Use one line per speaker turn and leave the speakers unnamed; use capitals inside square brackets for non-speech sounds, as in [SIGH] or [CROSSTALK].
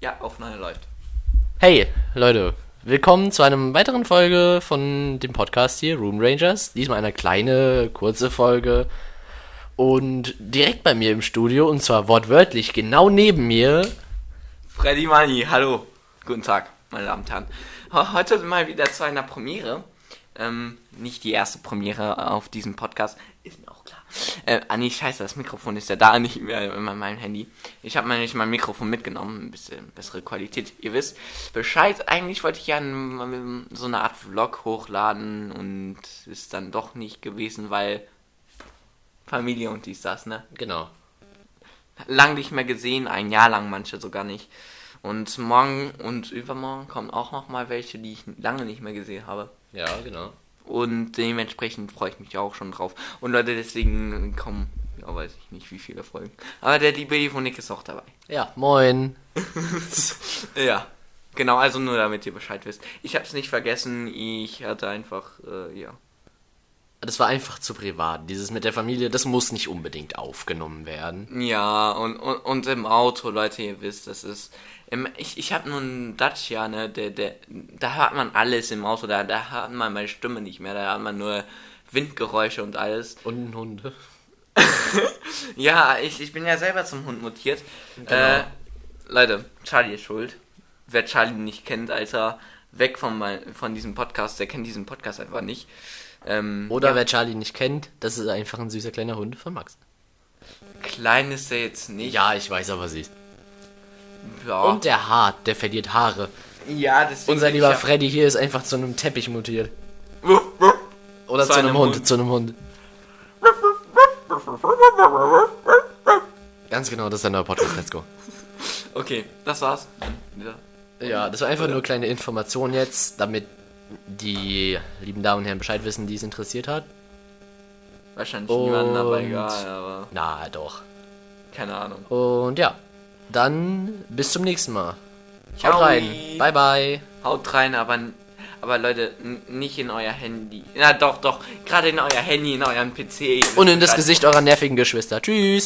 Ja, Aufnahme läuft.
Hey, Leute, willkommen zu einer weiteren Folge von dem Podcast hier, Room Rangers. Diesmal eine kleine, kurze Folge. Und direkt bei mir im Studio, und zwar wortwörtlich genau neben mir,
Freddy Mani, hallo. Guten Tag, meine Damen und Herren. Ho- Heute mal wieder zu einer Premiere. Ähm, nicht die erste Premiere auf diesem Podcast. Ist mir auch klar. Äh, ah nee, scheiße, das Mikrofon ist ja da, [LAUGHS] nicht mehr in meinem Handy. Ich habe mir nicht mein Mikrofon mitgenommen. Ein bisschen bessere Qualität. Ihr wisst Bescheid. Eigentlich wollte ich ja einen, so eine Art Vlog hochladen und ist dann doch nicht gewesen, weil Familie und dies, das, ne?
genau,
lang nicht mehr gesehen, ein Jahr lang manche sogar nicht. Und morgen und übermorgen kommen auch nochmal welche, die ich lange nicht mehr gesehen habe.
ja, genau.
Und dementsprechend freue ich mich auch schon drauf. Und Leute, deswegen kommen, ja, weiß ich nicht, wie viele Folgen. Aber der liebe Evonik ist auch dabei.
Ja, moin.
ja. Genau, also nur damit ihr Bescheid wisst. Ich hab's nicht vergessen, ich hatte einfach, äh, ja.
Das war einfach zu privat. Dieses mit der Familie, das muss nicht unbedingt aufgenommen werden.
Ja, und, und, und im Auto, Leute, ihr wisst, das ist. Im, ich ich habe nur einen Dacia, ne? Der, der, da hört man alles im Auto, da, da hört man meine Stimme nicht mehr, da hört man nur Windgeräusche und alles.
Und Hunde.
Ja, ich, ich bin ja selber zum Hund mutiert.
Genau.
Äh, Leute, Charlie ist schuld. Wer Charlie nicht kennt, Alter, weg von, mein, von diesem Podcast, der kennt diesen Podcast einfach nicht. Ähm,
Oder wer Charlie nicht kennt, das ist einfach ein süßer kleiner Hund von Max.
klein ist er jetzt nicht.
Ja, ich weiß, aber süß.
ja.
Und der Hart, der verliert Haare.
ja deswegen
Unser
bin ich
lieber
ja-
Freddy hier ist einfach zu einem Teppich mutiert.
Wuff, wuff.
Oder zu, einem Hund, zu einem Hund. Ganz genau, das ist der neue Podcast, let's go.
Okay, das war's. Ja.
Ja, das war einfach nur kleine Information jetzt, damit die lieben Damen und Herren Bescheid wissen, die es interessiert hat.
Wahrscheinlich niemand dabei,
Und-
egal, aber
Na, doch.
keine Ahnung.
Und ja, dann bis zum nächsten Mal.
Ciao.
Haut rein. Bye, bye.
Haut rein, aber, aber Leute, n- nicht in euer Handy. Na doch, doch, gerade in euer Handy, in euren PC. ihr wisst
Und in das
Bescheid.
Gesicht eurer nervigen Geschwister. Tschüss.